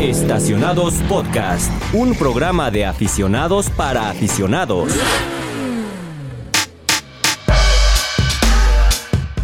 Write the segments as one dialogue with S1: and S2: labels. S1: Estacionados Podcast, un programa de aficionados para aficionados.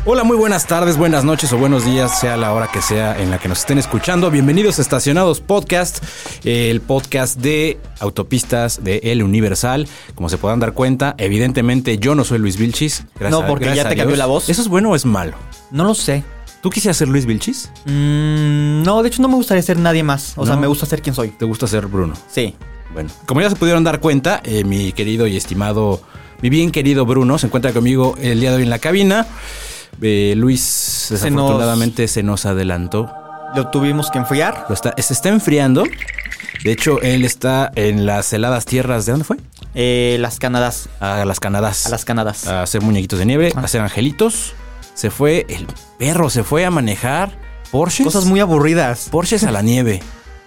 S2: Hola, muy buenas tardes, buenas noches o buenos días, sea la hora que sea en la que nos estén escuchando. Bienvenidos a Estacionados Podcast, el podcast de autopistas de El Universal. Como se puedan dar cuenta, evidentemente yo no soy Luis Vilchis. gracias
S3: No,
S2: a-
S3: porque
S2: gracias
S3: ya
S2: a
S3: te cambió
S2: Dios.
S3: la voz.
S2: ¿Eso es bueno o es malo?
S3: No lo sé.
S2: ¿Tú quisieras ser Luis Vilchis?
S3: Mm, no, de hecho no me gustaría ser nadie más. O sea,
S2: No.
S3: me gusta ser quien soy.
S2: ¿Te gusta ser Bruno?
S3: Sí.
S2: Bueno, como ya se pudieron dar cuenta, eh, mi querido y estimado, mi bien querido Bruno se encuentra conmigo el día de hoy en la cabina. Eh, Luis
S3: nos-
S2: desafortunadamente se nos adelantó.
S3: Lo tuvimos que enfriar.
S2: Lo está- se está enfriando. De hecho, él está en las heladas tierras. ¿De dónde fue?
S3: Eh, las Canadas.
S2: A las Canadás.
S3: A las Canadas.
S2: A hacer muñequitos de nieve,
S3: Ah.
S2: a hacer angelitos. Se fue el perro, se fue a manejar Porsches.
S3: Cosas muy aburridas.
S2: Porsches a la nieve.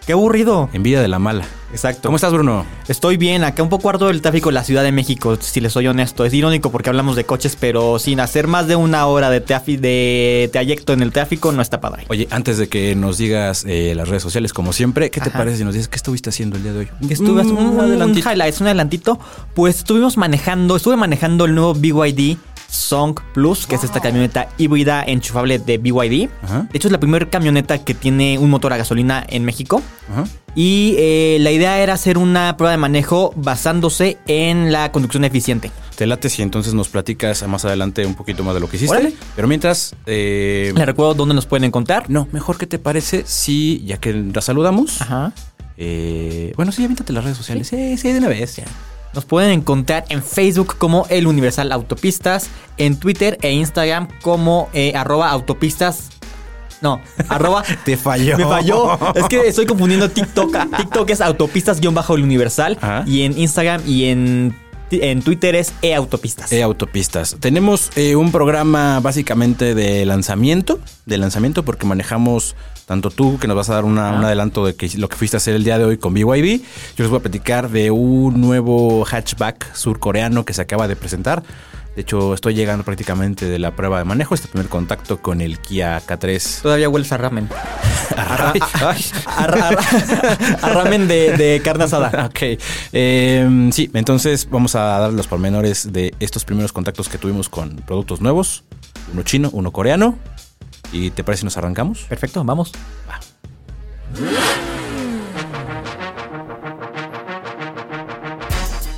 S3: Qué aburrido.
S2: Envidia de la mala.
S3: Exacto.
S2: ¿Cómo estás, Bruno?
S3: Estoy bien, acá un poco harto del tráfico de la Ciudad de México, si les soy honesto. Es irónico porque hablamos de coches, pero sin hacer más de una hora de, trafi- de trayecto en el tráfico no está padre.
S2: Oye, antes de que nos digas eh, las redes sociales, como siempre, ¿qué te
S3: Ajá.
S2: parece si nos dices qué estuviste haciendo el día de hoy?
S3: que estuve hace-
S2: Mm,
S3: un adelantito. highlights, un adelantito. Pues estuvimos manejando, estuve manejando el nuevo BYD Song Plus, que es esta camioneta híbrida enchufable de BYD.
S2: Ajá.
S3: De hecho, es la primera camioneta que tiene un motor a gasolina en México.
S2: Ajá.
S3: Y eh, la idea era hacer una prueba de manejo basándose en la conducción eficiente.
S2: Te late si entonces nos platicas más adelante un poquito más de lo que hiciste.
S3: Órale.
S2: Pero mientras, eh,
S3: Les recuerdo dónde nos pueden encontrar.
S2: No, mejor que te parece si, ya que la saludamos.
S3: Ajá.
S2: eh, bueno, sí, aviéntate las redes sociales. Sí, sí, de una vez. ya.
S3: Nos pueden encontrar en Facebook como El Universal Autopistas, en Twitter e Instagram como eh, arroba autopistas. No, arroba.
S2: Te falló.
S3: Me falló. Es que estoy confundiendo TikTok. TikTok es autopistas-el universal.
S2: Ajá.
S3: Y en Instagram y en, en Twitter es e eautopistas.
S2: Eh, autopistas. Tenemos eh, un programa básicamente de lanzamiento, de lanzamiento porque manejamos tanto tú que nos vas a dar una-
S3: Ah.
S2: un adelanto de que, lo que fuiste a hacer el día de hoy con BYD. Yo les voy a platicar de un nuevo hatchback surcoreano que se acaba de presentar. De hecho, estoy llegando prácticamente de la prueba de manejo, este primer contacto con el Kia K3.
S3: Todavía hueles a ramen.
S2: Ay, ay.
S3: A, ra- a ra- a ramen de, de carne asada.
S2: Ok. Em, sí, entonces vamos a dar los pormenores de estos primeros contactos que tuvimos con productos nuevos. Uno chino, uno coreano. ¿Y te parece si nos arrancamos?
S3: Perfecto, vamos.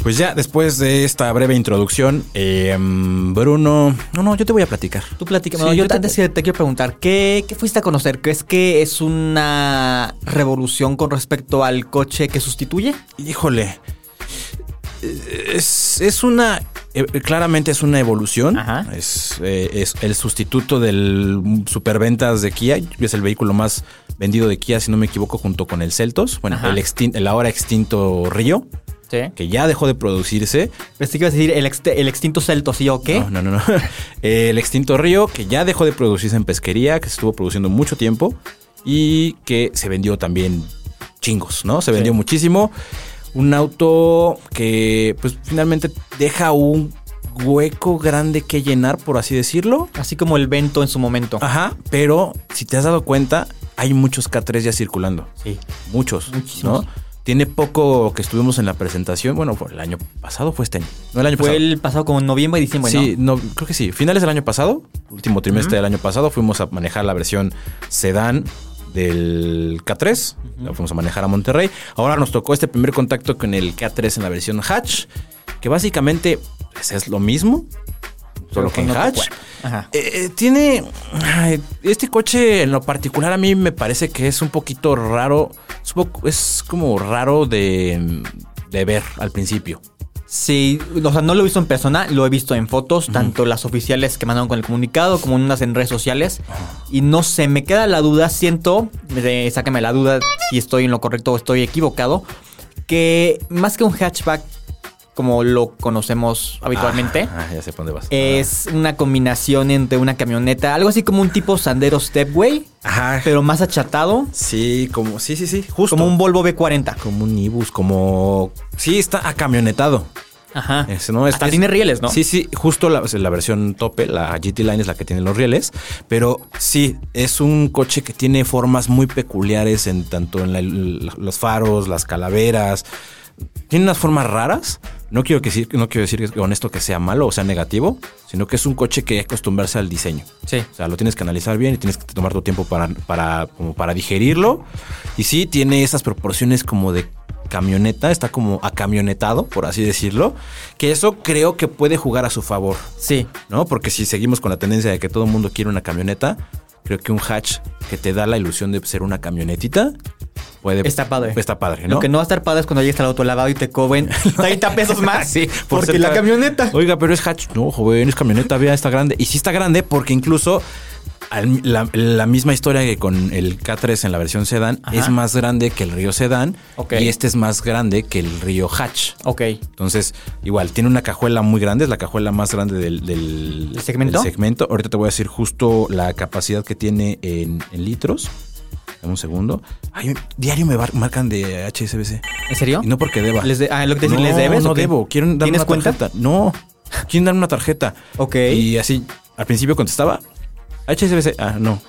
S2: Pues ya, después de esta breve introducción, em, Bruno... No, no, yo te voy a platicar.
S3: Tú platícame.
S2: Sí,
S3: No, yo
S2: yo te-
S3: antes te, te quiero preguntar, ¿qué, ¿qué fuiste a conocer? ¿Crees que es una revolución con respecto al coche que sustituye?
S2: Híjole. Es, es una... eh, Claramente es una evolución.
S3: Ajá.
S2: Es, eh, es el sustituto del superventas de Kia. Es el vehículo más vendido de Kia, si no me equivoco, junto con el Celtos. Bueno,
S3: Ajá.
S2: el, extin- el ahora extinto Río,
S3: Sí.
S2: que ya dejó de producirse.
S3: Pensé que ibas a decir el, ext- el extinto Celtos, ¿sí o qué?
S2: No, no, no. no. el extinto Río, que ya dejó de producirse en pesquería, que se estuvo produciendo mucho tiempo y que se vendió también chingos, ¿no? Se vendió
S3: Sí.
S2: muchísimo. Un auto que, pues, finalmente deja un hueco grande que llenar, por así decirlo.
S3: Así como el Vento en su momento.
S2: Ajá, pero si te has dado cuenta, hay muchos K3 ya circulando.
S3: Sí.
S2: Muchos,
S3: Muchísimos.
S2: ¿no? Tiene poco que estuvimos en la presentación. Bueno, fue el año pasado fue este año. No el año
S3: Fue
S2: pasado.
S3: el pasado como en noviembre y diciembre,
S2: Sí, no, creo que sí. Finales del año pasado, último trimestre del año pasado, fuimos a manejar la versión sedán del K3. La fuimos a manejar a Monterrey. Ahora nos tocó este primer contacto con el K3 en la versión hatch, que básicamente pues, es lo mismo, solo
S3: Pero
S2: que
S3: con
S2: en
S3: otro
S2: hatch.
S3: cuerpo. Ajá.
S2: Eh, eh, tiene. ay, Este coche en lo particular a mí me parece que es un poquito raro. Es, un poco- es como raro de, de ver al principio.
S3: Sí, o sea, no lo he visto en persona, lo he visto en fotos, tanto las oficiales que mandaron con el comunicado como unas en redes sociales. Y no sé, me queda la duda, siento, de- sácame la duda si estoy en lo correcto o estoy equivocado, que más que un hatchback como lo conocemos habitualmente,
S2: Ah, ya sé por dónde vas.
S3: es una combinación entre una camioneta, algo así como un tipo Sandero Stepway,
S2: Ajá.
S3: pero más achatado,
S2: Sí, como, sí, sí, sí, justo.
S3: como un Volvo B40.
S2: como un Ibus, como... Sí, está acamionetado.
S3: Ajá.
S2: Es- no,
S3: Hasta tiene rieles, ¿no?
S2: Sí, sí, justo la, o sea, la versión tope, la GT Line es la que tiene los rieles, pero sí, es un coche que tiene formas muy peculiares en tanto en la- los faros, las calaveras. Tiene unas formas raras. No quiero, que, decir- no quiero decir que con esto que sea malo o sea negativo, sino que es un coche que hay que acostumbrarse al diseño.
S3: Sí.
S2: O sea, lo tienes que analizar bien y tienes que tomar tu tiempo para, para, como para digerirlo. Y sí, tiene esas proporciones como de camioneta, está como acamionetado, por así decirlo, que eso creo que puede jugar a su favor,
S3: Sí.
S2: ¿no? Porque si seguimos con la tendencia de que todo el mundo quiere una camioneta, creo que un hatch que te da la ilusión de ser una camionetita puede...
S3: Está padre.
S2: Está padre, ¿no?
S3: Lo que no va a estar padre es cuando llegues al autolavado y te cobren 30 pesos más.
S2: Sí, por
S3: porque
S2: ser
S3: la
S2: ca-
S3: camioneta.
S2: Oiga, pero es hatch. No, joven, es camioneta, vea, está grande. Y sí está grande porque incluso al- la, la misma historia que con el K3 en la versión sedán
S3: Ajá.
S2: es más grande que el río sedán
S3: Ok.
S2: y este es más grande que el río hatch.
S3: Ok.
S2: Entonces, igual, tiene una cajuela muy grande, es la cajuela más grande del, del-
S3: ¿El segmento?
S2: del segmento. Ahorita te voy a decir justo la capacidad que tiene en, en litros. Dame un segundo. Ay, diario me bar- marcan de HSBC.
S3: ¿En serio?
S2: Y no porque deba.
S3: Les de- ah, lo que te decía,
S2: no,
S3: ¿les debes
S2: No
S3: o qué?
S2: debo. Quieren darme
S3: ¿Tienes
S2: una
S3: cuenta?
S2: tarjeta. No. Quieren darme una tarjeta.
S3: Ok.
S2: Y así, al principio contestaba. HSBC. Ah, no.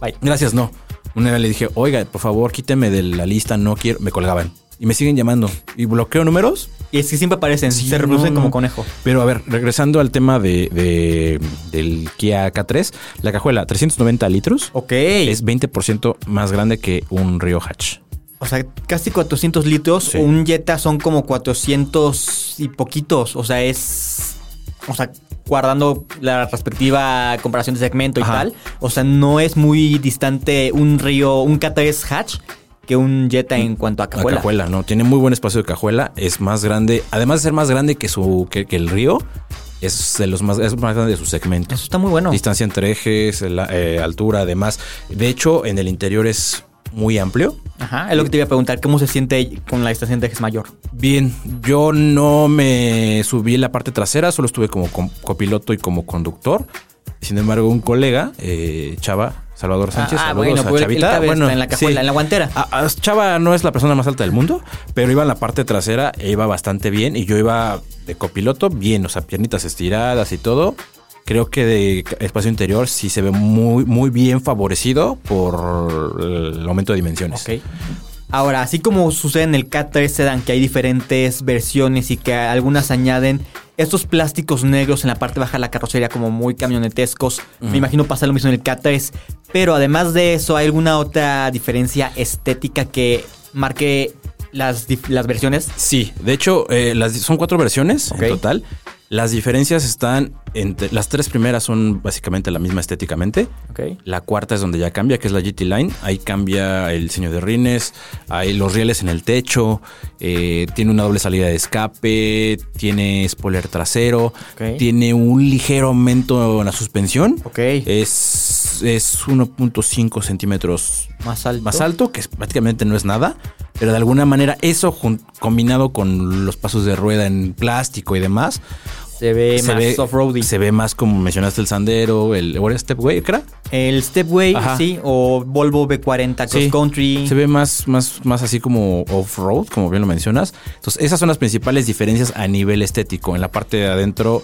S3: Bye.
S2: Gracias, no. Una vez le dije, oiga, por favor, quíteme de la lista, no quiero. Me colgaban. Y me siguen llamando. Y bloqueo números.
S3: Y es que siempre aparecen,
S2: Sí,
S3: se reproducen
S2: no,
S3: como
S2: no.
S3: conejo.
S2: Pero a ver, regresando al tema de, de- del Kia K3, la cajuela, 390 litros,
S3: Ok.
S2: es 20% más grande que un Río Hatch.
S3: O sea, casi 400 litros.
S2: Sí.
S3: Un Jetta son como 400 y poquitos. O sea, es. O sea, guardando la respectiva comparación de segmento
S2: Ajá.
S3: y tal. O sea, no es muy distante un río, un K3 hatch que un Jetta en cuanto a
S2: La
S3: cajuela.
S2: cajuela, no. Tiene muy buen espacio de cajuela. Es más grande. Además de ser más grande que su que, que el río, es de los más, es más grande de su segmento.
S3: Eso está muy bueno.
S2: Distancia entre ejes, la, eh, altura, además. De hecho, en el interior es muy amplio.
S3: Ajá, es lo que te iba a preguntar. ¿Cómo se siente con la distancia de ejes mayor?
S2: Bien, yo no me subí en la parte trasera, solo estuve como com- copiloto y como conductor. Sin embargo, un colega, eh, Chava, Salvador Sánchez,
S3: Ah, ah,
S2: saludos
S3: bueno,
S2: a
S3: pues, el
S2: Chavita.
S3: cabe está en la cajuela, en la guantera.
S2: A- a- ah, Chava no es la persona más alta del mundo, pero iba en la parte trasera e iba bastante bien. Y yo iba de copiloto bien, o sea, piernitas estiradas y todo. Creo que de ca- espacio interior sí se ve muy, muy bien favorecido por el aumento de dimensiones.
S3: Ok. Ahora, así como sucede en el K3 Sedan, que hay diferentes versiones y que algunas añaden estos plásticos negros en la parte baja de la carrocería como muy camionetescos, me imagino pasa lo mismo en el K3. Pero además de eso, ¿hay alguna otra diferencia estética que marque las, dif- las versiones?
S2: Sí, de hecho, eh, las, son cuatro versiones
S3: Ok.
S2: en total. Las diferencias están entre. Las tres primeras son básicamente la misma estéticamente. La cuarta es donde ya cambia, que es la GT Line. Ahí cambia el diseño de rines, hay los rieles en el techo, eh, tiene una doble salida de escape, tiene spoiler trasero,
S3: Ok.
S2: tiene un ligero aumento en la suspensión.
S3: Ok.
S2: Eh, Es, es 1.5 centímetros
S3: Más alto.
S2: más alto, que es- prácticamente no es nada, pero de alguna manera eso jun- combinado con los pasos de rueda en plástico y demás,
S3: Se ve
S2: se,
S3: más
S2: ve,
S3: off-roady.
S2: se ve más como mencionaste el sandero, el ¿o era Stepway, ¿qué era?
S3: El Stepway,
S2: Ajá.
S3: sí, o Volvo B40 Cross
S2: Sí.
S3: Country.
S2: Se ve más, más, más así como off-road, como bien lo mencionas. Entonces, esas son las principales diferencias a nivel estético. En la parte de adentro,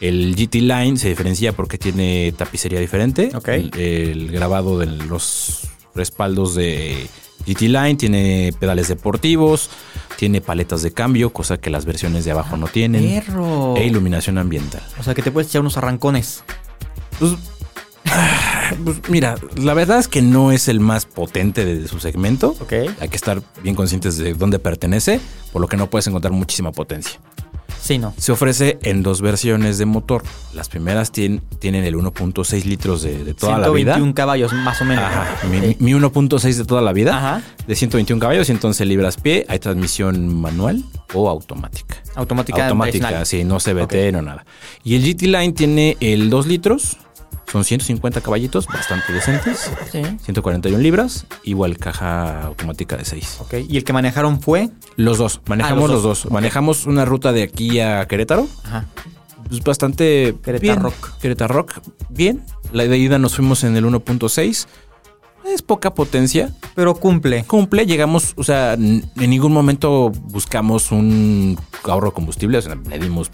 S2: el GT Line se diferencia porque tiene tapicería diferente.
S3: Ok.
S2: El, el grabado de los respaldos de GT Line tiene pedales deportivos, tiene paletas de cambio, cosa que las versiones de abajo no tienen.
S3: perro.
S2: E iluminación ambiental.
S3: O sea, que te puedes echar unos arrancones.
S2: Pues, ah, pues, mira, la verdad es que no es el más potente de su segmento.
S3: Ok.
S2: Hay que estar bien conscientes de dónde pertenece, por lo que no puedes encontrar muchísima potencia.
S3: Sí, no.
S2: Se ofrece en dos versiones de motor. Las primeras tien- tienen el 1.6 litros de, de toda la
S3: 121
S2: vida.
S3: caballos, más o menos.
S2: Ajá,
S3: ¿no?
S2: mi,
S3: Ok.
S2: mi 1.6 de toda la vida,
S3: Ajá.
S2: de 121 caballos, 111 libras pie. Hay transmisión manual o automática.
S3: Automática.
S2: Automática,
S3: tradicional.
S2: sí, no CBT,
S3: Ok.
S2: no nada. Y el GT Line tiene el 2 litros, son 150 caballitos, bastante decentes,
S3: Sí.
S2: 141 libras, igual caja automática de 6.
S3: Ok, y el que manejaron fue.
S2: Los dos, manejamos
S3: Ah, los
S2: los,
S3: dos.
S2: dos. Manejamos una ruta de aquí a Querétaro.
S3: Ajá.
S2: pues, bastante.
S3: Querétaro
S2: bien.
S3: Rock.
S2: Querétaro Rock, bien. La de ida nos fuimos en el 1.6. es poca potencia,
S3: Pero cumple.
S2: cumple, llegamos, o sea, n- en ningún momento buscamos un ahorro de combustible, o sea, le dimos...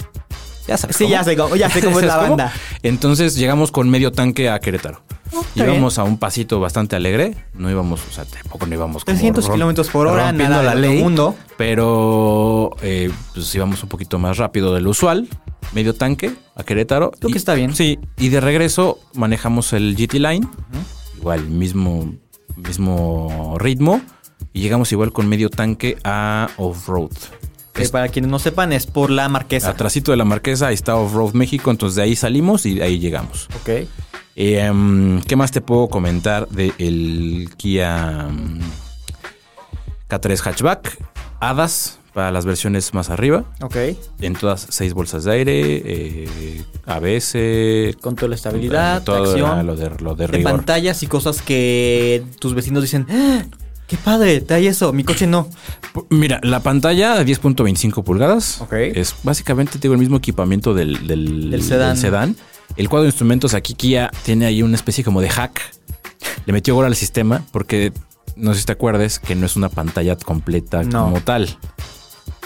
S2: Ya sabes.
S3: Sí,
S2: cómo.
S3: ya sé cómo- ya sé cómo es la
S2: ¿Sabes
S3: banda.
S2: Entonces llegamos con medio tanque a Querétaro.
S3: está
S2: Íbamos a un pasito bastante alegre, no íbamos, o sea, tampoco no íbamos como
S3: 300
S2: rom-
S3: kilómetros por hora,
S2: rompiendo
S3: nada
S2: la
S3: del otro
S2: ley,
S3: mundo.
S2: pero eh, pues íbamos un poquito más rápido del usual, medio tanque a Querétaro.
S3: Creo
S2: Y-
S3: que está bien.
S2: Sí, y de regreso manejamos el GT Line, igual, mismo, mismo ritmo, y llegamos igual con medio tanque a Off-Road.
S3: Que para quienes no sepan, es por la marquesa.
S2: Atrasito de la Marquesa, ahí está Off-Road México, entonces de ahí salimos y de ahí llegamos.
S3: Ok.
S2: Eh, em, ¿Qué más te puedo comentar del Kia em, K3 Hatchback? Hadas para las versiones más arriba.
S3: Ok.
S2: En todas seis bolsas de aire, eh, ABS,
S3: Con toda la estabilidad,
S2: todo
S3: tracción.
S2: ah, lo de, lo de
S3: de
S2: rigor.
S3: pantallas y cosas que tus vecinos dicen, "¡Ah! ¡qué padre! Trae eso, mi coche no.
S2: P- Mira, la pantalla de 10.25 pulgadas
S3: Ok.
S2: es básicamente te digo, el mismo equipamiento del, del,
S3: Del sedán.
S2: del El cuadro de instrumentos aquí Kia tiene ahí una especie como de hack. Le metió gol al sistema porque no sé si te acuerdas que no es una pantalla completa
S3: No.
S2: como tal.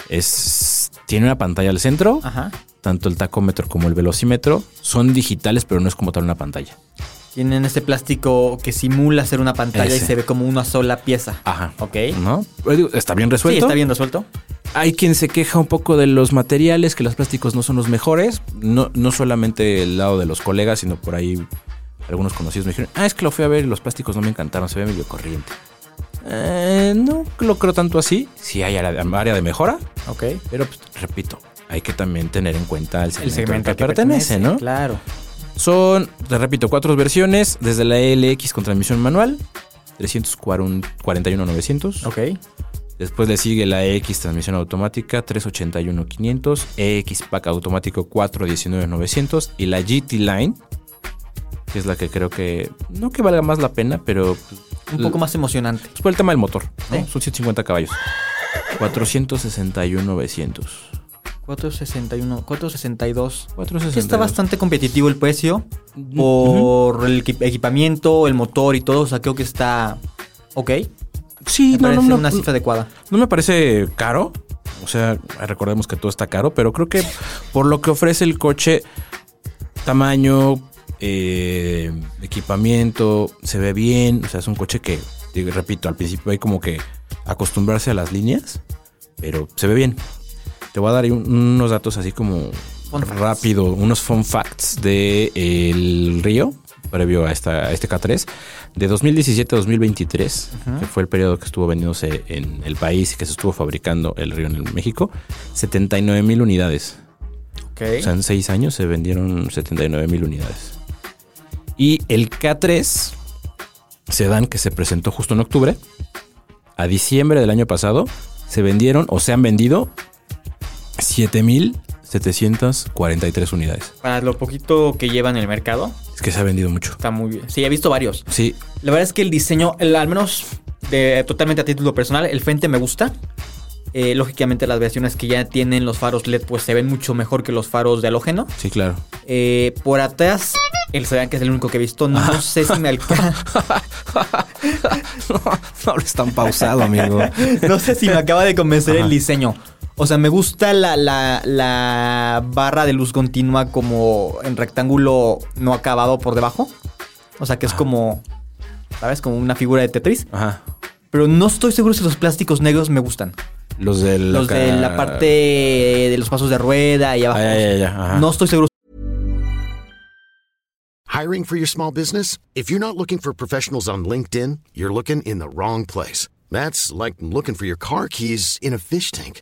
S2: Es tiene una pantalla al centro,
S3: Ajá.
S2: tanto el tacómetro como el velocímetro son digitales, pero no es como tal una pantalla.
S3: Tienen este plástico que simula ser una pantalla y
S2: Ese. Ah.
S3: se ve como una sola pieza.
S2: Ajá.
S3: Ok.
S2: ¿No? Pero digo, Está bien
S3: Sí,
S2: resuelto.
S3: está bien resuelto.
S2: Hay quien se queja un poco de los materiales, que los plásticos no son los mejores. No, no solamente el lado de los colegas, sino por ahí algunos conocidos me dijeron, ah, es que lo fui a ver y los plásticos no me encantaron, se ve medio corriente. Eh, no lo creo tanto así. Sí hay área de, área de mejora,
S3: Ok.
S2: pero pues, repito, hay que también tener en cuenta el
S3: El
S2: segmento,
S3: segmento
S2: al que, pertenece, ¿no?
S3: Claro.
S2: Son, te repito, cuatro versiones, desde la LX con transmisión manual, 341-900.
S3: Ok.
S2: Después le sigue la E X transmisión automática 381-500, EX E pack automático 419-900 y la GT Line, que es la que creo que no que valga más la pena, pero pues,
S3: Un poco más emocionante.
S2: pues, por el tema del motor, ¿no?
S3: Sí.
S2: son 150 caballos. 461-900.
S3: 461, 462. Sí
S2: 462.
S3: está bastante competitivo el precio
S2: Ujú.
S3: por el equi- equipamiento, el motor y todo. O sea, creo que está ok.
S2: Sí, no,
S3: Me
S2: no,
S3: parece
S2: no,
S3: una
S2: no,
S3: cifra adecuada.
S2: no me parece caro. O sea, recordemos que todo está caro, pero creo que por lo que ofrece el coche, tamaño, eh, equipamiento, se ve bien. O sea, es un coche que, digo, repito, al principio hay como que acostumbrarse a las líneas, pero se ve bien. Te voy a dar ahí un- unos datos así como
S3: Fun facts.
S2: rápido, unos fun facts de el río previo a, esta, a este K3 de 2017 a 2023, que fue el periodo que estuvo vendiéndose en el país y que se estuvo fabricando el río en el México, 79 mil unidades.
S3: Ok.
S2: O sea, en seis años se vendieron 79 mil unidades. Y el K3 sedán que se presentó justo en octubre, a diciembre del año pasado, se vendieron o se han vendido 7.743 unidades.
S3: Para lo poquito que lleva en el mercado,
S2: Es que se ha vendido mucho.
S3: está muy bien. Sí, he visto varios.
S2: Sí,
S3: La verdad es que el diseño, el- al menos de, totalmente a título personal, el frente me gusta. Eh, lógicamente las versiones que ya tienen los faros LED pues se ven mucho mejor que los faros de halógeno.
S2: sí, claro.
S3: Eh, por atrás, el sedán que es el único que he visto, no sé si me alcanza.
S2: no, no hables tan pausado, amigo.
S3: No sé si me acaba de convencer
S2: Ajá.
S3: el diseño. O sea, me gusta la, la- la barra de luz continua como en rectángulo no acabado por debajo. O sea, que es como, ¿sabes? Como una figura de Tetris.
S2: Ajá.
S3: Pero no estoy seguro si los plásticos negros me gustan.
S2: Los de la,
S3: Los de la parte de los pasos de rueda y abajo.
S2: Ah, ya, ya, ya, ajá.
S3: No estoy seguro
S4: Hiring for your small business? If you're not looking for professionals on LinkedIn, you're looking in the wrong place. That's like looking for your car keys in a fish tank.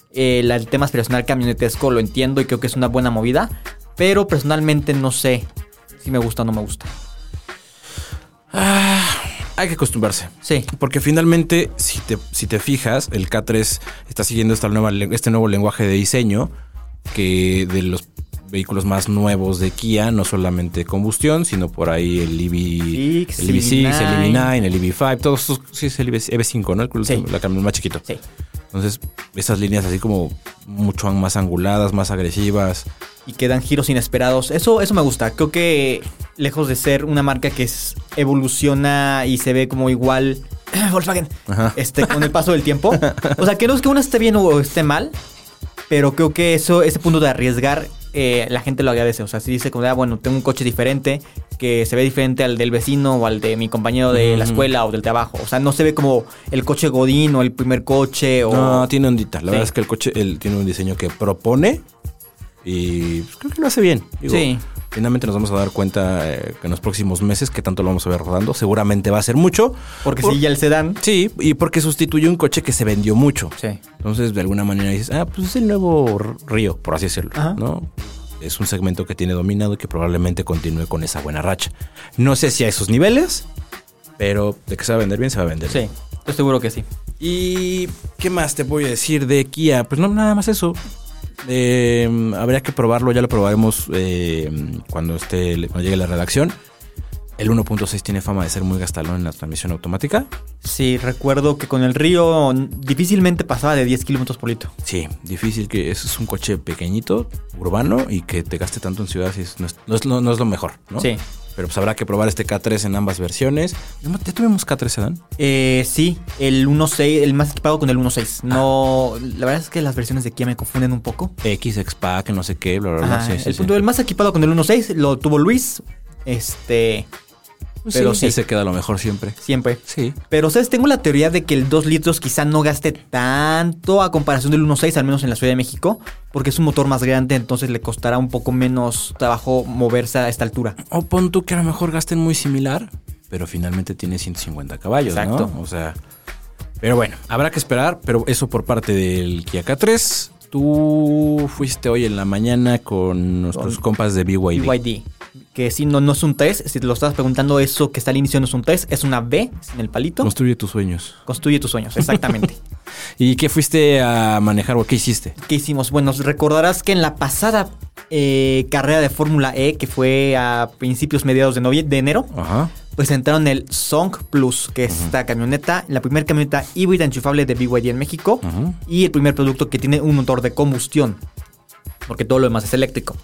S3: Eh, la- el tema aspiracional camionetesco lo entiendo y creo que es una buena movida. Pero personalmente no sé si me gusta o no me gusta.
S2: Hay que acostumbrarse.
S3: Sí.
S2: Porque finalmente, si te, si te fijas, el K3 está siguiendo esta nueva, le- este nuevo lenguaje de diseño que de los vehículos más nuevos de Kia, no solamente combustión, sino por ahí el EV,
S3: Six,
S2: el EV6, el
S3: EV9,
S2: EV9, el EV5, todos estos, sí es el EV5, ¿no? El,
S3: Sí.
S2: la cam- el más chiquito.
S3: Sí.
S2: Entonces, esas líneas así como mucho más anguladas, más agresivas.
S3: y que dan giros inesperados. Eso, eso me gusta. Creo que lejos de ser una marca que es- evoluciona y se ve como igual Volkswagen
S2: Ajá.
S3: este, con el paso del tiempo. O sea, que no es que una esté bien o esté mal, pero creo que eso, ese punto de arriesgar, eh, la gente lo agradece. O sea, si dice como, ah, bueno, tengo un coche diferente que se ve diferente al del vecino o al de mi compañero de
S2: Mm.
S3: la escuela o del trabajo. O sea, no se ve como el coche Godín o el primer coche o...
S2: No, tiene ondita. La
S3: Sí.
S2: verdad es que el coche él tiene un diseño que propone y pues, creo que lo hace bien. Digo,
S3: Sí.
S2: Finalmente nos vamos a dar cuenta eh, que en los próximos meses que tanto lo vamos a ver rodando. Seguramente va a ser mucho.
S3: Porque
S2: Por-
S3: si ya el sedán...
S2: Sí, y porque sustituye un coche que se vendió mucho.
S3: Sí.
S2: Entonces, de alguna manera dices, ah, pues es el nuevo R- Río, por así decirlo,
S3: Ajá.
S2: ¿no? Es un segmento que tiene dominado y que probablemente continúe con esa buena racha. No sé si a esos niveles, pero de que se va a vender bien, se va a vender
S3: Sí, estoy seguro que sí.
S2: ¿Y qué más te voy a decir de Kia? Pues no, nada más eso. Eh, habría que probarlo, ya lo probaremos eh, cuando, esté, cuando llegue la redacción. El 1.6 tiene fama de ser muy gastalón en la transmisión automática.
S3: Sí, recuerdo que con el río difícilmente pasaba de 10 kilómetros por litro.
S2: Sí, difícil que es, es un coche pequeñito, urbano y que te gaste tanto en ciudades es- no, es, no es lo- no es lo mejor, ¿no?
S3: Sí.
S2: Pero pues habrá que probar este K3 en ambas versiones. ¿Ya ya tuvimos K3 sedán?
S3: Eh, sí, el 1.6, el más equipado con el 1.6. No, la verdad es que las versiones de Kia me confunden un poco.
S2: X, X-Pack, no sé qué, bla, bla, bla.
S3: Ajá,
S2: sí, sí,
S3: Ah, el,
S2: sí.
S3: punto, el más equipado con el 1.6 lo tuvo Luis, este,
S2: Pues
S3: pero sí.
S2: Ese queda lo mejor siempre.
S3: siempre.
S2: Sí.
S3: Pero, ¿sabes? Tengo la teoría de que el 2 litros quizá no gaste tanto a comparación del 1.6, al menos en la Ciudad de México, porque es un motor más grande, entonces le costará un poco menos trabajo moverse a esta altura.
S2: O pon tú que a lo mejor gasten muy similar, pero finalmente tiene 150 caballos,
S3: Exacto.
S2: ¿no? O sea. Pero bueno, habrá que esperar, pero eso por parte del Kia K3. Tú fuiste hoy en la mañana con nuestros compas de BYD.
S3: BYD. Que si no, no es un 3. Si te lo estás preguntando, eso que está al inicio no es un 3, es una B en el palito.
S2: Construye tus sueños.
S3: Construye tus sueños, exactamente.
S2: ¿Y qué fuiste a manejar o qué hiciste?
S3: ¿Qué hicimos? Bueno, recordarás que en la pasada eh, carrera de Fórmula E, que fue a principios, mediados de, novie- de enero,
S2: Ajá.
S3: presentaron el Song Plus, que es esta camioneta, la primera camioneta híbrida enchufable de BYD en México
S2: Ujú.
S3: y el primer producto que tiene un motor de combustión, porque todo lo demás es eléctrico.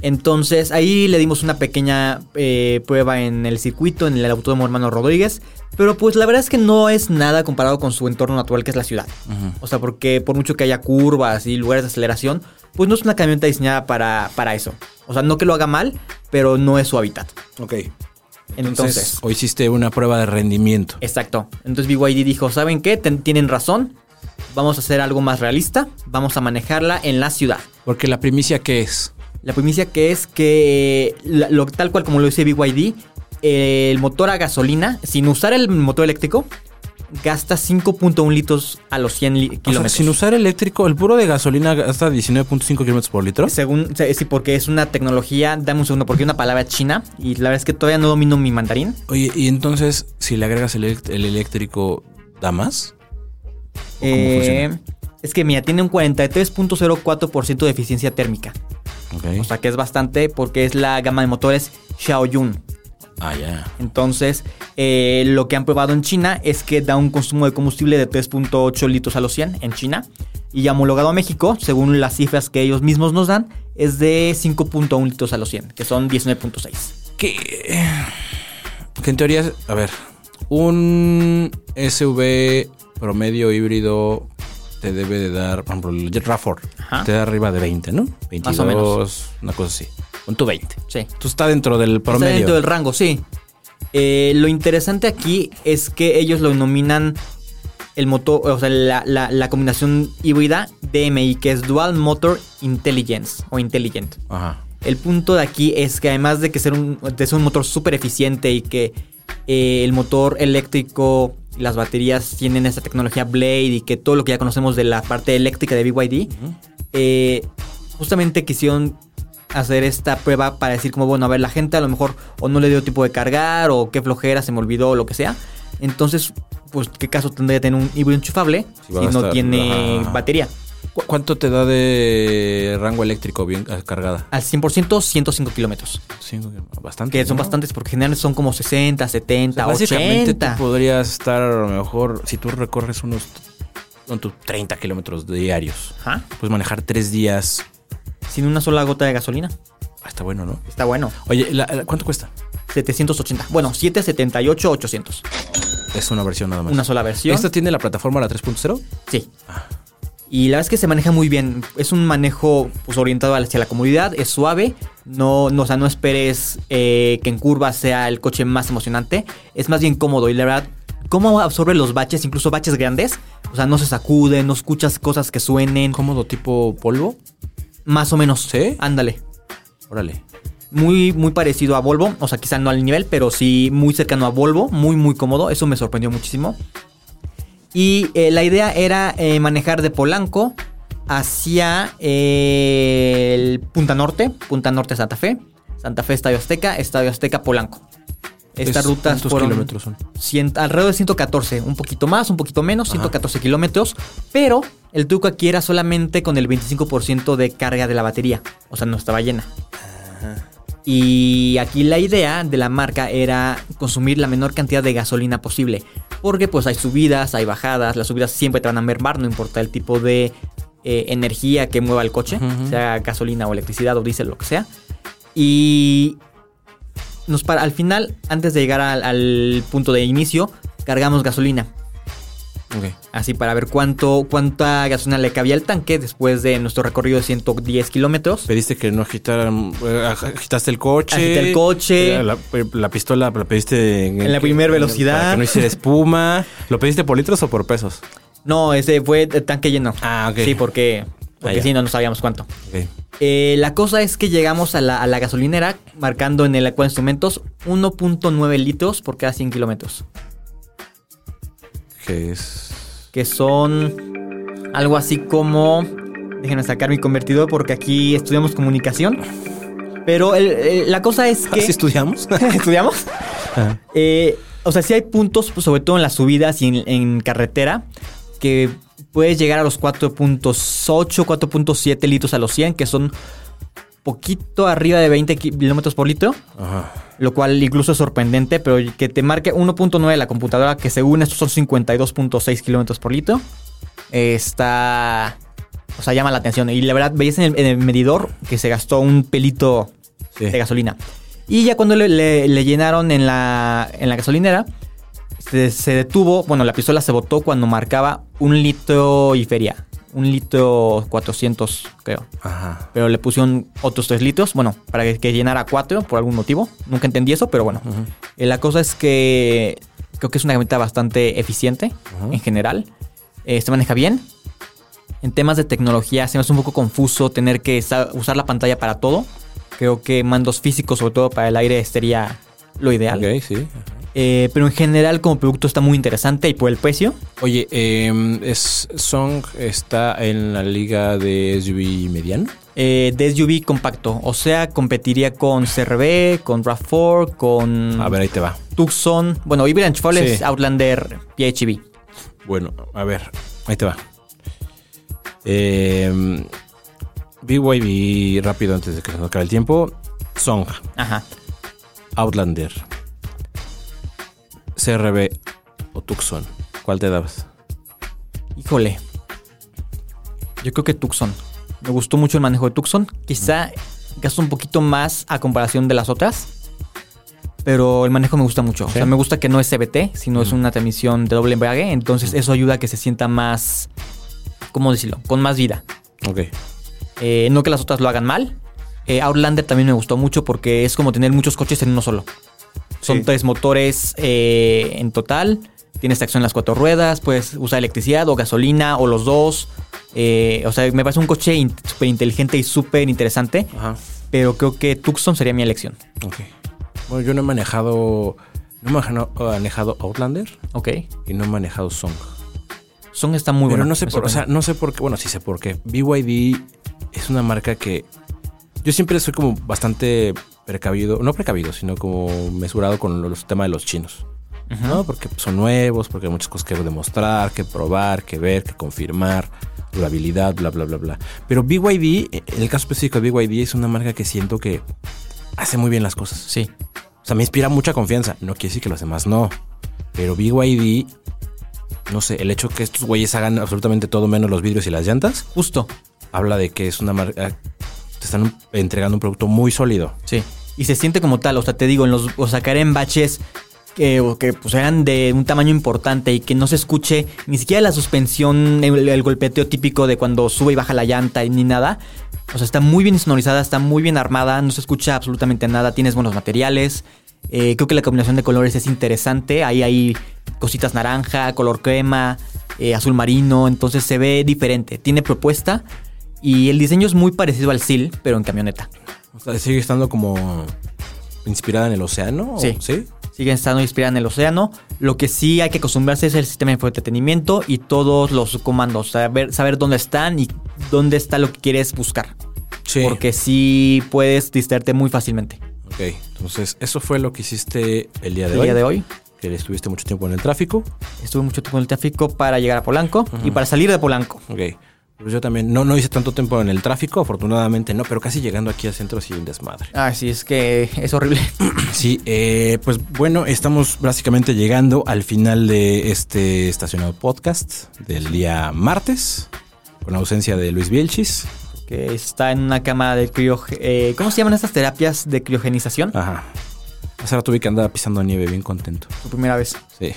S3: Entonces ahí le dimos una pequeña eh, prueba en el circuito, en el autódromo hermano Rodríguez, pero pues la verdad es que no es nada comparado con su entorno natural que es la ciudad. O sea, porque por mucho que haya curvas y lugares de aceleración, pues no es una camioneta diseñada para, para eso. O sea, no que lo haga mal, pero no es su hábitat.
S2: Ok.
S3: Entonces, Eh.
S2: hoy hiciste una prueba de rendimiento.
S3: Exacto. Entonces BYD dijo, ¿saben qué? Ten- tienen razón. Vamos a hacer algo más realista. Vamos a manejarla en la ciudad.
S2: Porque la primicia, ¿qué es?
S3: La primicia que es que, la- lo, tal cual como lo dice BYD, eh, el motor a gasolina, sin usar el motor eléctrico, gasta 5.1 litros a los 100 li-
S2: O sea,
S3: kilómetros.
S2: sin usar eléctrico, el puro de gasolina gasta 19.5 kilómetros por litro.
S3: Según, se- sí, porque es una tecnología, dame un segundo, porque es una palabra china y la verdad es que todavía no domino mi mandarín.
S2: Oye, y entonces, si le agregas el, elect- el eléctrico, ¿da más? cómo
S3: Eh,
S2: funciona?
S3: es que mira, tiene un 43.04% de eficiencia térmica. O sea que es bastante porque es la gama de motores Xiaoyun.
S2: Ah, ya.
S3: Entonces, eh, lo que han probado en China es que da un consumo de combustible de 3.8 litros a los 100 en China. Y homologado a México, según las cifras que ellos mismos nos dan, es de 5.1 litros a los 100, que son 19.6.
S2: Que, que en teoría, a ver, un SUV promedio híbrido te debe de dar, por ejemplo, el Jet RAV4
S3: Ajá.
S2: te da arriba de 20, ¿no? 22,
S3: Más o menos.
S2: una cosa así. Un tu 20.
S3: Sí.
S2: Tú está dentro del promedio.
S3: Está dentro del rango, sí. Eh, lo interesante aquí es que ellos lo denominan el motor, o sea, la, la- la combinación híbrida DMI, que es Dual Motor Intelligence o Intelligent.
S2: Ajá.
S3: El punto de aquí es que además de que ser un, de ser un motor súper eficiente y que eh, el motor eléctrico, las baterías tienen esta tecnología Blade y que todo lo que ya conocemos de la parte eléctrica de BYD, eh, justamente quisieron hacer esta prueba para decir como, bueno, a ver, la gente a lo mejor o no le dio tiempo de cargar o qué flojera, se me olvidó o lo que sea. Entonces, pues, ¿qué caso tendría tener un híbrido enchufable si,
S2: va a
S3: no
S2: estar-
S3: tiene
S2: Ajá.
S3: batería?
S2: ¿Cu- ¿Cuánto te da de rango eléctrico bien ah, cargada?
S3: Al 100%, 105 kilómetros.
S2: Cinco, bastante.
S3: Que son
S2: ¿no?
S3: bastantes, porque generalmente son como 60, 70,
S2: Básicamente
S3: 80.
S2: tú podrías estar a lo mejor, si tú recorres unos con tus 30 kilómetros diarios,
S3: Ajá.
S2: puedes manejar tres días.
S3: Sin una sola gota de gasolina.
S2: Ah, está bueno, ¿no?
S3: Está bueno.
S2: Oye, la- la- ¿cuánto cuesta?
S3: 780. Bueno, 778, 800.
S2: Es una versión nada más.
S3: Una sola versión.
S2: ¿Esta Ah. tiene la plataforma la 3.0?
S3: Sí. Y la verdad es que se maneja muy bien. Es un manejo pues, orientado hacia la comodidad, es suave. No, no, o sea, no esperes eh, que en curva sea el coche más emocionante. Es más bien cómodo y la verdad, cómo absorbe los baches, incluso baches grandes. O sea, no se sacude, no escuchas cosas que suenen.
S2: Cómodo tipo polvo.
S3: Más o menos.
S2: ¿Sí?
S3: Ándale.
S2: Órale.
S3: Muy, muy parecido a Volvo. O sea, quizá no al nivel, pero sí muy cercano a Volvo. Muy, muy cómodo. Eso me sorprendió muchísimo. Y eh, la idea era eh, manejar de Polanco hacia eh, el Punta Norte. Punta Norte Santa Fe. Santa Fe Estadio Azteca. Estadio Azteca Polanco. Estas
S2: Es-
S3: rutas
S2: ¿cuántos
S3: fueron
S2: kilómetros son?
S3: cien- alrededor de 114, un poquito más, un poquito menos, 114 kilómetros, pero el truco aquí era solamente con el 25% de carga de la batería, o sea, no estaba llena. Y aquí la idea de la marca era consumir la menor cantidad de gasolina posible. Porque pues hay subidas, hay bajadas, las subidas siempre te van a mermar, no importa el tipo de eh, energía que mueva el coche, sea gasolina o electricidad o diésel, lo que sea. Y nos para, al final, antes de llegar al, al punto de inicio, cargamos gasolina.
S2: Ok.
S3: Así para ver cuánto, cuánta gasolina le cabía al tanque después de nuestro recorrido de 110 kilómetros.
S2: Pediste que no agitaran. eh, aj- Agitaste el coche.
S3: Agité el coche.
S2: Eh, La, eh, la pistola la pediste en,
S3: En la primer
S2: en-
S3: velocidad.
S2: para que no hiciera espuma. ¿Lo pediste por litros o por pesos?
S3: No, ese fue el tanque lleno.
S2: Ah, ok.
S3: Sí, porque, porque
S2: Ah, ya.
S3: sí, no, no sabíamos cuánto.
S2: Ok.
S3: Eh, la cosa es que llegamos a la, a la gasolinera marcando en el acuario de instrumentos 1.9 litros por cada 100 kilómetros.
S2: Que es.
S3: Que son algo así como... Déjenme sacar mi convertidor porque aquí estudiamos comunicación. Pero el- el- la cosa es que...
S2: ¿Así estudiamos?
S3: ¿Estudiamos?
S2: Ah, Ajá.
S3: Eh, o sea, sí hay puntos, pues, sobre todo en las subidas y en, en carretera, que puedes llegar a los 4.8, 4.7 litros a los 100, que son poquito arriba de 20 kilómetros por litro,
S2: Ajá.
S3: lo cual incluso es sorprendente, pero que te marque 1.9 la computadora, que según estos son 52.6 kilómetros por litro, eh, está... O sea, llama la atención. Y la verdad, veis en el- en el medidor que se gastó un pelito
S2: Sí.
S3: de gasolina. Y ya cuando le, le- le llenaron en la, en la gasolinera, se, se detuvo, bueno, la pistola se botó cuando marcaba un litro y feria. Un litro 400, creo.
S2: Ajá.
S3: Pero le pusieron otros tres litros, bueno, para que, que llenara cuatro por algún motivo. Nunca entendí eso, pero bueno. Eh, la cosa es que creo que es una herramienta bastante eficiente en general. Eh, se maneja bien. En temas de tecnología se me hace un poco confuso tener que sa- usar la pantalla para todo. Creo que mandos físicos, sobre todo para el aire, sería lo ideal.
S2: Ok, sí.
S3: Eh, pero en general como producto está muy interesante y por el precio.
S2: Oye, eh, es, Song está en la liga de SUV mediano.
S3: Eh, de SUV compacto, o sea, competiría con CRB, con RAV4, con...
S2: A ver, ahí te va.
S3: Tucson, bueno, híbrida enchufable
S2: Sí.
S3: es Outlander PHEV.
S2: Bueno, a ver, ahí te va. Eh, BYB rápido antes de que se nos acabe el tiempo. Song,
S3: Ajá.
S2: Outlander, CRB o Tucson. ¿Cuál te dabas?
S3: Híjole. Yo creo que Tucson. Me gustó mucho el manejo de Tucson. Quizá gasto un poquito más a comparación de las otras. Pero el manejo me gusta mucho. O sea, me gusta que no es CBT, sino es una transmisión de doble embrague. Entonces eso ayuda a que se sienta más, ¿cómo decirlo? Con más vida.
S2: Ok.
S3: Eh, no que las otras lo hagan mal. Eh, Outlander también me gustó mucho porque es como tener muchos coches en uno solo. Son
S2: Sí.
S3: tres motores eh, en total. Tienes tracción en las cuatro ruedas, puedes usar electricidad o gasolina o los dos. Eh, o sea, me parece un coche in- súper inteligente y súper interesante.
S2: Ajá.
S3: Pero creo que Tucson sería mi elección.
S2: Ok. Bueno, yo no he manejado. No he manejado, manejado Outlander
S3: Ok.
S2: y no he manejado Song.
S3: Son está muy
S2: Pero
S3: bueno.
S2: no sé
S3: me
S2: por, o sea,
S3: sorprende.
S2: no sé por qué. Bueno, sí sé por qué. BYD es una marca que yo siempre soy como bastante precavido, no precavido, sino como mesurado con los temas de los chinos. ¿no? Porque son nuevos, porque hay muchas cosas que demostrar, que probar, que ver, que confirmar, durabilidad, bla, bla, bla, bla. Pero BYD, en el caso específico de BYD, es una marca que siento que hace muy bien las cosas.
S5: Sí.
S2: O sea, me inspira mucha confianza. No quiere decir que los demás no. Pero BYD, no sé, el hecho que estos güeyes hagan absolutamente todo menos los vidrios y las llantas,
S3: Justo.
S2: habla de que es una marca. Te están entregando un producto muy sólido.
S5: Sí.
S3: Y se siente como tal. O sea, te digo, en los, o sacar en baches que, o que pues, eran de un tamaño importante y que no se escuche ni siquiera la suspensión, el, el golpeteo típico de cuando sube y baja la llanta y ni nada. O sea, está muy bien sonorizada, está muy bien armada, no se escucha absolutamente nada, tienes buenos materiales. Eh, creo que la combinación de colores es interesante. Ahí hay cositas naranja, color crema, eh, azul marino. Entonces se ve diferente. Tiene propuesta. Y el diseño es muy parecido al SIL, pero en camioneta.
S2: O sea, sigue estando como inspirada en el océano. ¿o-
S3: Sí.
S2: ¿Sí?
S3: siguen estando inspiradas en el océano. Lo que sí hay que acostumbrarse es el sistema de entretenimiento y todos los comandos, saber, saber dónde están y dónde está lo que quieres buscar.
S2: Sí.
S3: Porque sí puedes distraerte muy fácilmente.
S2: Ok. Entonces, eso fue lo que hiciste el día de
S3: El
S2: hoy.
S3: día de hoy
S2: Que estuviste mucho tiempo en el tráfico.
S3: estuve mucho tiempo en el tráfico para llegar a Polanco y para salir de Polanco.
S2: Ok. Pues yo también no, no hice tanto tiempo en el tráfico, afortunadamente no, pero casi llegando aquí al centro sí un desmadre.
S3: Ay, Ah, sí, es que es horrible.
S2: Sí, eh, pues bueno, estamos básicamente llegando al final de este estacionado podcast del día martes, con ausencia de Luis Bielchis.
S3: que está en una cama de crio... eh, ¿Cómo se llaman estas terapias de criogenización?
S2: Ajá. Hace rato vi que andaba pisando nieve, bien contento.
S3: Tu primera vez.
S2: Sí.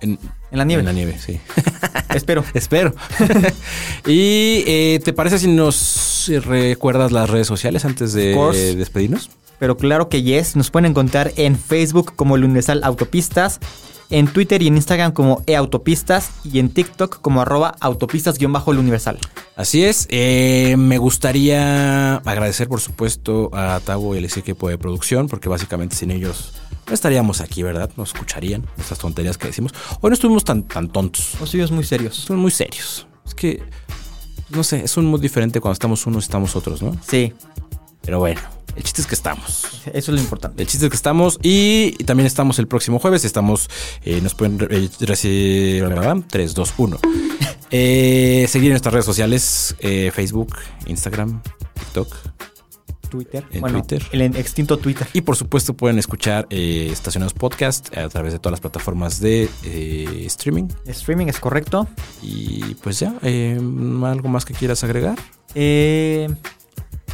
S2: En,
S3: En la nieve.
S2: En la nieve, sí.
S3: Espero.
S2: Espero. y eh, ¿te parece si nos recuerdas las redes sociales antes de
S3: Of course.
S2: despedirnos?
S3: Pero claro que yes, nos pueden encontrar en Facebook como el Universal Autopistas, en Twitter y en Instagram como eautopistas y en TikTok como arroba autopistas-el Universal.
S2: Así es. eh, me gustaría agradecer, por supuesto, a Tavo y el equipo de producción, porque básicamente sin ellos no estaríamos aquí, ¿verdad? Nos escucharían estas tonterías que decimos. Hoy no estuvimos tan, tan tontos.
S3: Los suyos muy serios.
S2: Son muy serios. Es que, no sé, es un mood diferente cuando estamos unos y estamos otros, ¿no?
S3: Sí,
S2: Pero bueno, el chiste es que estamos.
S3: eso es lo importante.
S2: El chiste es que estamos y también estamos el próximo jueves. Estamos, eh, nos pueden re- eh, recibir 3, 2, 1. Eh, seguir en nuestras redes sociales: eh, Facebook, Instagram, TikTok.
S3: Twitter.
S2: En
S3: bueno,
S2: Twitter.
S3: El extinto Twitter.
S2: Y por supuesto, pueden escuchar eh, Estacionados Podcast a través de todas las plataformas de eh, streaming.
S3: Streaming es correcto.
S2: Y pues ya, eh, ¿algo más que quieras agregar?
S3: Eh,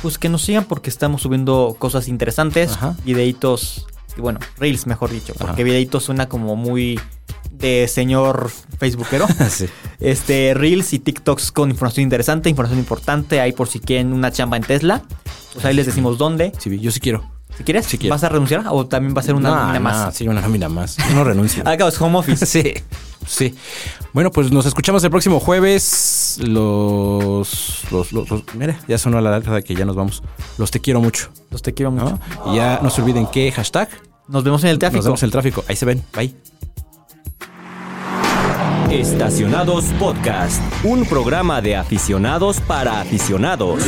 S3: pues que nos sigan porque estamos subiendo cosas interesantes,
S2: Ajá.
S3: videitos, y bueno, reels mejor dicho, porque videitos suena como muy de señor facebookero.
S2: Sí.
S3: este, reels y TikToks con información interesante, información importante, ahí por si quieren una chamba en Tesla. Pues ahí les decimos dónde.
S2: Sí, yo sí quiero.
S3: Si quieres,
S2: Sí quiero.
S3: ¿vas a renunciar o también va a ser una,
S2: No,
S3: una
S2: no,
S3: más?
S2: Sí, una nómina más. Yo no renuncio.
S3: Al cabo es home office.
S2: Sí, sí. Bueno, pues nos escuchamos el próximo jueves. Los, los, los- los- mira, ya sonó la alerta de que ya nos vamos. Los te quiero mucho,
S3: Los Pues te quiero mucho.
S2: ¿no? Y ya no se olviden que hashtag.
S3: Nos vemos en el tráfico.
S2: Nos vemos en el tráfico. Ahí se ven. Bye.
S1: Estacionados Podcast, un programa de aficionados para aficionados.